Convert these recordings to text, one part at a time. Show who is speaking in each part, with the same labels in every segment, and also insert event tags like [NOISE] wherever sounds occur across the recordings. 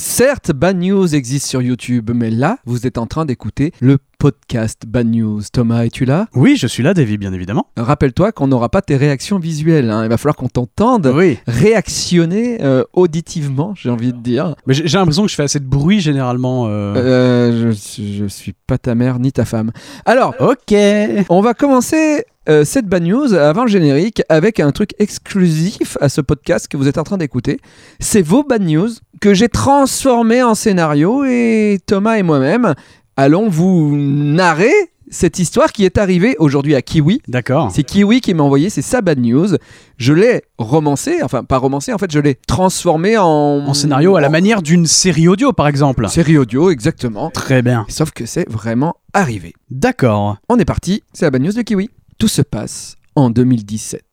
Speaker 1: Certes, Bad News existe sur YouTube, mais là, vous êtes en train d'écouter le podcast Bad News. Thomas, es-tu là
Speaker 2: Oui, je suis là, Davy, bien évidemment.
Speaker 1: Rappelle-toi qu'on n'aura pas tes réactions visuelles. hein. Il va falloir qu'on t'entende
Speaker 2: Bah Oui.
Speaker 1: réactionner euh, auditivement, j'ai envie de dire.
Speaker 2: Mais j'ai j'ai l'impression que je fais assez de bruit généralement. euh.
Speaker 1: Euh, je, je suis pas ta mère ni ta femme. Alors,
Speaker 2: Ok.
Speaker 1: on va commencer euh, cette bad news avant le générique avec un truc exclusif à ce podcast que vous êtes en train d'écouter. C'est vos bad news que j'ai transformé en scénario et Thomas et moi-même allons vous narrer cette histoire qui est arrivée aujourd'hui à Kiwi.
Speaker 2: D'accord.
Speaker 1: C'est Kiwi qui m'a envoyé, c'est sa bad news. Je l'ai romancé, enfin pas romancé, en fait je l'ai transformé en...
Speaker 2: En scénario à la
Speaker 1: en
Speaker 2: manière d'une série audio, par exemple.
Speaker 1: Série audio, exactement.
Speaker 2: Très bien.
Speaker 1: Sauf que c'est vraiment arrivé.
Speaker 2: D'accord.
Speaker 1: On est parti, c'est la bad news de Kiwi. Tout se passe en 2017.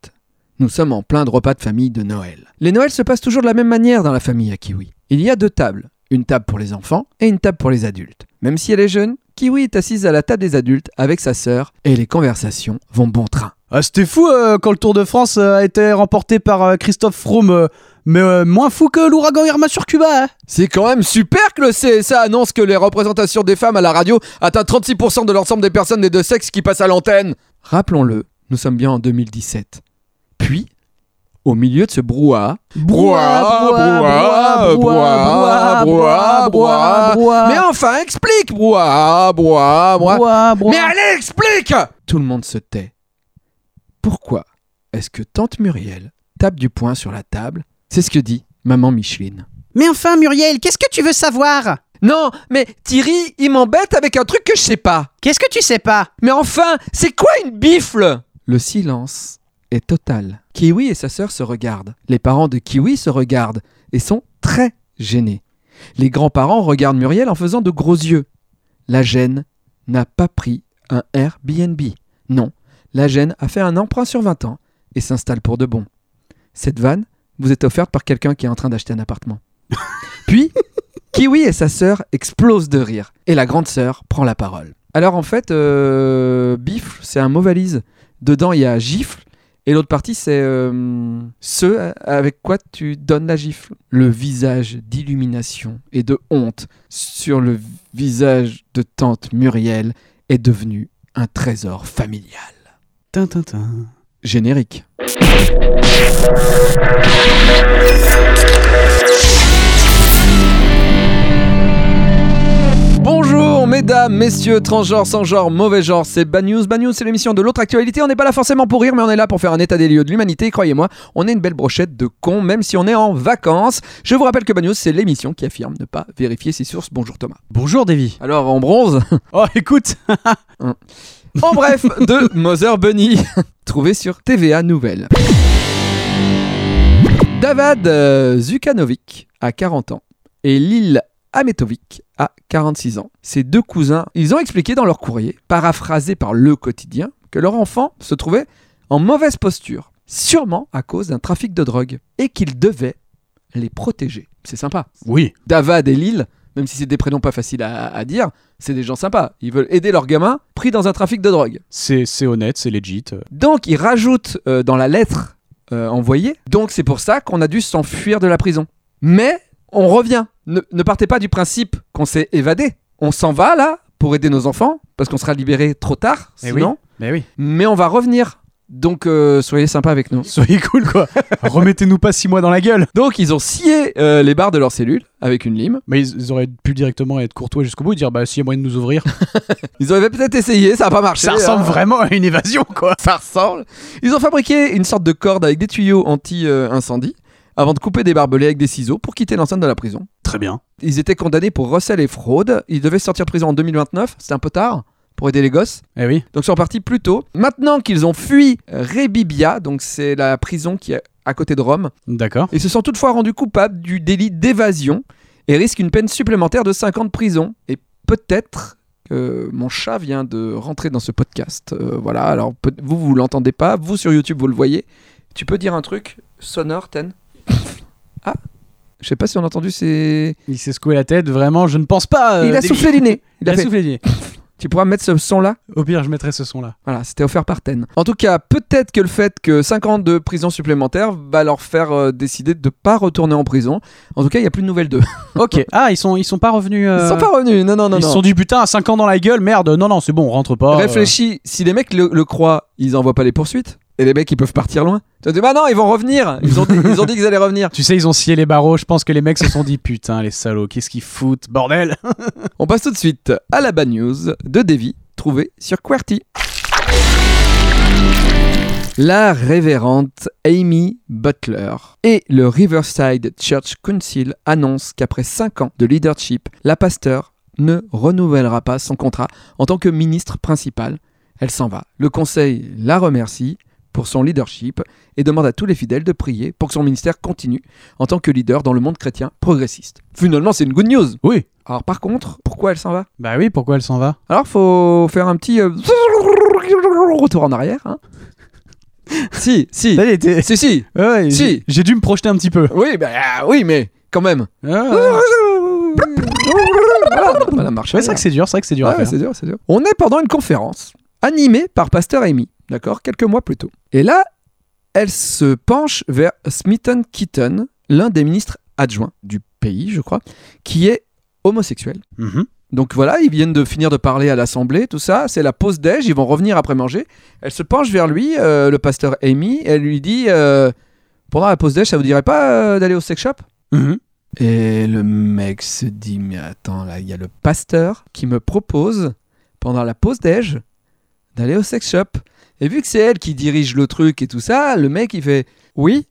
Speaker 1: Nous sommes en plein de repas de famille de Noël. Les Noëls se passent toujours de la même manière dans la famille à Kiwi. Il y a deux tables, une table pour les enfants et une table pour les adultes. Même si elle est jeune, Kiwi est assise à la table des adultes avec sa sœur et les conversations vont bon train.
Speaker 2: Ah, C'était fou euh, quand le Tour de France euh, a été remporté par euh, Christophe Froome, euh, mais euh, moins fou que l'ouragan Irma sur Cuba. hein.
Speaker 1: C'est quand même super que le CSA annonce que les représentations des femmes à la radio atteignent 36% de l'ensemble des personnes des deux sexes qui passent à l'antenne. Rappelons-le, nous sommes bien en 2017. Puis, au milieu de ce brouhaha, Brouhaha, brouhaha, brouhaha, brouhaha, brouhaha. Mais enfin, explique, brouhaha, brouhaha, brouhaha.
Speaker 2: Brouhaha,
Speaker 1: Mais
Speaker 2: brouhaha.
Speaker 1: allez, explique Tout le monde se tait. Pourquoi est-ce que tante Muriel tape du poing sur la table C'est ce que dit maman Micheline.
Speaker 2: Mais enfin, Muriel, qu'est-ce que tu veux savoir
Speaker 1: Non, mais Thierry, il m'embête avec un truc que je sais pas.
Speaker 2: Qu'est-ce que tu sais pas
Speaker 1: Mais enfin, c'est quoi une bifle Le silence est total. Kiwi et sa sœur se regardent. Les parents de Kiwi se regardent et sont très gênés. Les grands-parents regardent Muriel en faisant de gros yeux. La gêne n'a pas pris un Airbnb. Non, la gêne a fait un emprunt sur 20 ans et s'installe pour de bon. Cette vanne vous est offerte par quelqu'un qui est en train d'acheter un [LAUGHS] appartement. Puis, Kiwi et sa sœur explosent de rire et la grande sœur prend la parole. Alors en fait, euh, bifle, c'est un mot valise. Dedans, il y a gifle et l'autre partie, c'est euh, ce avec quoi tu donnes la gifle. Le visage d'illumination et de honte sur le visage de tante Muriel est devenu un trésor familial.
Speaker 2: Tintintin.
Speaker 1: Générique. Bonjour mesdames, messieurs, transgenres, sans genre, mauvais genre, c'est Bad News. Bad News, c'est l'émission de l'autre actualité. On n'est pas là forcément pour rire, mais on est là pour faire un état des lieux de l'humanité. Et Croyez-moi, on est une belle brochette de cons, même si on est en vacances. Je vous rappelle que Bad News, c'est l'émission qui affirme ne pas vérifier ses sources. Bonjour Thomas.
Speaker 2: Bonjour, Davy.
Speaker 1: Alors, en bronze,
Speaker 2: Oh, écoute.
Speaker 1: en bref, de Mother Bunny, [LAUGHS] trouvé sur TVA Nouvelle. Davad euh, Zukanovic a 40 ans et Lil Ametovic a 46 ans. Ces deux cousins, ils ont expliqué dans leur courrier, paraphrasé par Le Quotidien, que leur enfant se trouvait en mauvaise posture, sûrement à cause d'un trafic de drogue, et qu'ils devaient les protéger. C'est sympa.
Speaker 2: Oui.
Speaker 1: Davad et Lille, même si c'est des prénoms pas faciles à, à dire, c'est des gens sympas. Ils veulent aider leurs gamins pris dans un trafic de drogue.
Speaker 2: C'est c'est honnête, c'est euh. legit.
Speaker 1: Donc ils rajoutent euh, dans la lettre euh, envoyée. Donc c'est pour ça qu'on a dû s'enfuir de la prison. Mais on revient. Ne, ne partez pas du principe qu'on s'est évadé. On s'en va là pour aider nos enfants parce qu'on sera libérés trop tard,
Speaker 2: Eh
Speaker 1: sinon.
Speaker 2: Mais oui.
Speaker 1: Mais on va revenir. Donc euh, soyez sympas avec nous.
Speaker 2: Soyez cool, quoi. [LAUGHS] Remettez-nous pas six mois dans la gueule.
Speaker 1: Donc ils ont scié euh, les barres de leur cellule avec une lime.
Speaker 2: Mais ils, ils auraient pu directement être courtois jusqu'au bout et dire bah s'il y a moyen de nous ouvrir.
Speaker 1: Ils avaient peut-être essayé, ça n'a pas marché.
Speaker 2: Ça ressemble
Speaker 1: hein.
Speaker 2: vraiment à une évasion, quoi.
Speaker 1: ça ressemble. Ils ont fabriqué une sorte de corde avec des tuyaux anti-incendie avant de couper des barbelés avec des ciseaux pour quitter l'enceinte de la prison.
Speaker 2: Très bien.
Speaker 1: Ils étaient condamnés pour recel et fraude. Ils devaient sortir de prison en 2029. C'était un peu tard pour aider les gosses.
Speaker 2: Eh oui.
Speaker 1: Donc ils sont partis plus tôt. Maintenant qu'ils ont fui Rebibia, donc c'est la prison qui est à côté de Rome,
Speaker 2: D'accord.
Speaker 1: ils se sont toutefois rendus coupables du délit d'évasion et risquent une peine supplémentaire de 5 ans de prison. Et peut-être que mon chat vient de rentrer dans ce podcast. Euh, voilà, alors peut- vous, vous l'entendez pas, vous sur YouTube, vous le voyez. Tu peux dire un truc sonore, Ten Ah je sais pas si on a entendu, c'est...
Speaker 2: Il s'est secoué la tête, vraiment, je ne pense pas. euh,
Speaker 1: il a
Speaker 2: Davy.
Speaker 1: soufflé du nez.
Speaker 2: [LAUGHS] Il a
Speaker 1: fait-
Speaker 2: soufflé du nez.
Speaker 1: Tu pourras mettre ce son-là
Speaker 2: Au pire, je mettrai ce son-là.
Speaker 1: Voilà, c'était offert par Ten. En tout cas, peut-être que le fait que 5 ans de prison supplémentaire va leur faire euh, décider de ne pas retourner en prison. En tout cas, il n'y a plus de nouvelles d'eux.
Speaker 2: [LAUGHS] Ok. Ah, ils sont, ils sont pas revenus.
Speaker 1: Ils
Speaker 2: euh,
Speaker 1: sont pas revenus, non, non, non.
Speaker 2: ils se
Speaker 1: non.
Speaker 2: sont dit putain, 5 ans dans la gueule, merde. Non, non, c'est bon, on rentre pas. euh.
Speaker 1: Réfléchis, si les mecs le, le croient, ils envoient pas les poursuites. Et les mecs, ils peuvent partir loin. Tu te dis, bah non, ils vont revenir. Ils ont dit, ils ont dit qu'ils allaient revenir.
Speaker 2: Tu sais, ils ont scié les barreaux. Je pense que les mecs se sont dit putain, les salauds, qu'est-ce qu'ils foutent, bordel.
Speaker 1: On passe tout de suite à la bad news de Davy, trouvée sur QWERTY. La révérende Amy Butler et le Riverside Church Council annoncent qu'après 5 ans de leadership, la pasteur ne renouvellera pas son contrat en tant que ministre principale. Elle s'en va. Le conseil la remercie pour son leadership et demande à tous les fidèles de prier pour que son ministère continue en tant que leader dans le monde chrétien progressiste. Finalement, c'est une good news.
Speaker 2: Oui.
Speaker 1: Alors par contre, pourquoi elle s'en va
Speaker 2: Bah oui, pourquoi elle s'en va
Speaker 1: Alors faut faire un petit euh, [LAUGHS] retour en arrière. hein. [LAUGHS] si, si,
Speaker 2: Elle était.
Speaker 1: si, si.
Speaker 2: Ouais,
Speaker 1: Si.
Speaker 2: j'ai- J'ai dû me projeter un petit peu.
Speaker 1: Oui, bah ah, oui, mais quand même.
Speaker 2: [LAUGHS] Ah.
Speaker 1: Voilà, on a pas la marche
Speaker 2: Ouais, c'est
Speaker 1: arrière. Ah
Speaker 2: vrai que c'est dur, c'est vrai que c'est dur à
Speaker 1: Ouais,
Speaker 2: faire.
Speaker 1: c'est dur, c'est dur. On est pendant une conférence animée par Pasteur Amy, d'accord, quelques mois plus tôt. Et là, elle se penche vers Smitten Keaton, l'un des ministres adjoints du pays, je crois, qui est homosexuel.
Speaker 2: Mhm.
Speaker 1: Donc voilà, ils viennent de finir de parler à l'assemblée, tout ça. C'est la pause déj, ils vont revenir après manger. Elle se penche vers lui, euh, le pasteur Amy, elle lui dit euh, Pendant la pause déj, ça vous dirait pas euh, d'aller au sex shop
Speaker 2: Mhm.
Speaker 1: Et le mec se dit Mais attends, là, il y a le pasteur qui me propose, pendant la pause déj, d'aller au sex shop. Et vu que c'est elle qui dirige le truc et tout ça, le mec il fait Oui.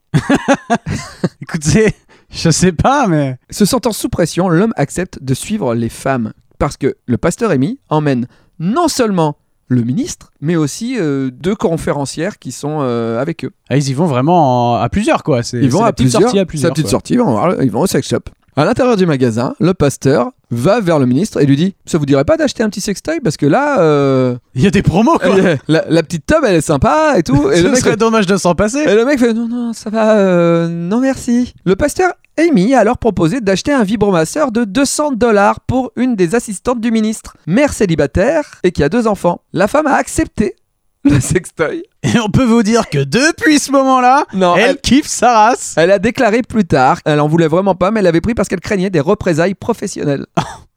Speaker 2: Écoutez, [LAUGHS] je sais pas, mais.
Speaker 1: Se sentant sous pression, l'homme accepte de suivre les femmes parce que le pasteur Amy emmène non seulement le ministre, mais aussi euh, deux conférencières qui sont euh, avec eux.
Speaker 2: Ah, ils y vont vraiment en- à plusieurs, quoi. C'est
Speaker 1: Ils vont
Speaker 2: c'est
Speaker 1: à
Speaker 2: la petite
Speaker 1: plusieurs.
Speaker 2: sortie à
Speaker 1: sa
Speaker 2: plusieurs.
Speaker 1: petite
Speaker 2: quoi.
Speaker 1: sortie, on va voir, ils vont au sex shop. À l'intérieur du magasin, le pasteur va vers le ministre et lui dit Ça vous dirait pas d'acheter un petit sextoy Parce que là, euh,
Speaker 2: Il y a des promos, quoi.
Speaker 1: la, la petite tub, elle est sympa et tout. Et le
Speaker 2: [LAUGHS] Ce
Speaker 1: mec euh,
Speaker 2: serait
Speaker 1: fait-
Speaker 2: dommage de s'en passer.
Speaker 1: Et le mec fait non, non, ça va, euh, non merci. Le pasteur Amy a alors proposé d'acheter un vibromasseur de 200 dollars pour une des assistantes du ministre, mère célibataire et qui a deux enfants. La femme a accepté le sextoy.
Speaker 2: Et on peut vous dire que depuis ce moment-là,
Speaker 1: Non,
Speaker 2: elle
Speaker 1: Oh, elle,
Speaker 2: kiffe sa race.
Speaker 1: elle a déclaré plus tard, elle en voulait vraiment pas, mais elle l'avait pris parce qu'elle craignait des représailles professionnelles.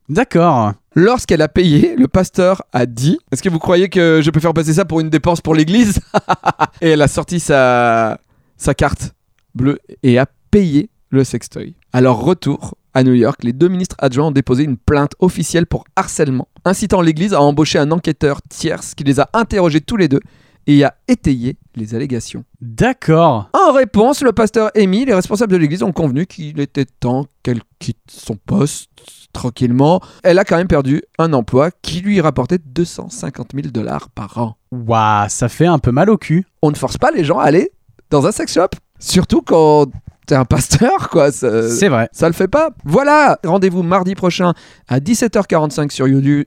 Speaker 2: D'accord.
Speaker 1: Lorsqu'elle a payé, le pasteur a dit Est-ce que vous croyez que je peux faire passer ça pour une dépense pour l'église [LAUGHS] Et elle a sorti sa, sa carte bleue et a payé le sextoy. À leur retour à New York, les deux ministres adjoints ont déposé une plainte officielle pour harcèlement, incitant l'église à embaucher un enquêteur tierce qui les a interrogés tous les deux et a étayé les allégations.
Speaker 2: D'accord.
Speaker 1: En réponse, le pasteur Amy, les responsables de l'église ont convenu qu'il était temps qu'elle quitte son poste tranquillement. Elle a quand même perdu un emploi qui lui rapportait 250 000 dollars par an.
Speaker 2: Waouh, ça fait un peu mal au cul.
Speaker 1: On ne force pas les gens à aller dans un sex shop. Surtout quand t'es un pasteur, quoi. ça-
Speaker 2: C'est vrai.
Speaker 1: ça le fait pas. Voilà, rendez-vous mardi prochain à 17h45 sur YouTube.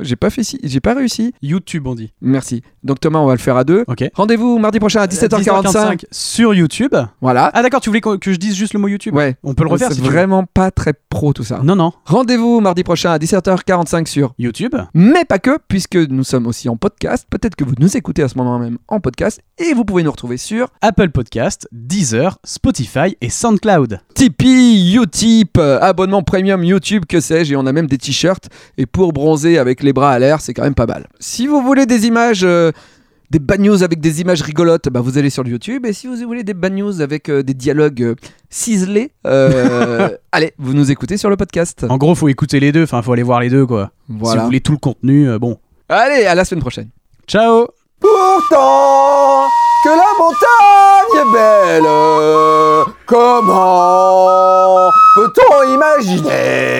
Speaker 1: J'ai pas fait si, j'ai pas réussi.
Speaker 2: YouTube, on dit.
Speaker 1: Merci. Donc Thomas, on va le faire à deux.
Speaker 2: Ok.
Speaker 1: Rendez-vous mardi prochain à 17h45.
Speaker 2: 17h45 sur YouTube.
Speaker 1: Voilà.
Speaker 2: Ah, d'accord, tu voulais qu'on- que je dise juste le mot YouTube
Speaker 1: Ouais.
Speaker 2: On peut le refaire
Speaker 1: C'est
Speaker 2: si tu veux.
Speaker 1: vraiment pas très pro tout ça.
Speaker 2: Non, non.
Speaker 1: Rendez-vous mardi prochain à 17h45 sur.
Speaker 2: YouTube.
Speaker 1: Mais pas que, puisque nous sommes aussi en podcast. Peut-être que vous nous écoutez à ce moment même en podcast et vous pouvez nous retrouver sur
Speaker 2: Apple Podcast, Deezer, Spotify et SoundCloud.
Speaker 1: Tipeee, Utip, euh, abonnement premium YouTube, que sais-je, et on a même des t-shirts. Et pour bronzer avec les bras à l'air, c'est quand même pas mal. Si vous voulez des images, euh, des bad news avec des images rigolotes, bah vous allez sur YouTube. Et si vous voulez des bad news avec euh, des dialogues euh, ciselés, euh,
Speaker 2: [LAUGHS]
Speaker 1: allez, vous nous écoutez sur le podcast.
Speaker 2: En gros, faut écouter les deux, enfin, faut aller voir les deux, quoi. Si vous
Speaker 1: Voilà.
Speaker 2: voulez tout le contenu, euh, bon.
Speaker 1: Allez, à la semaine prochaine.
Speaker 2: Ciao
Speaker 1: Pourtant que la montagne est belle, comment peut-on imaginer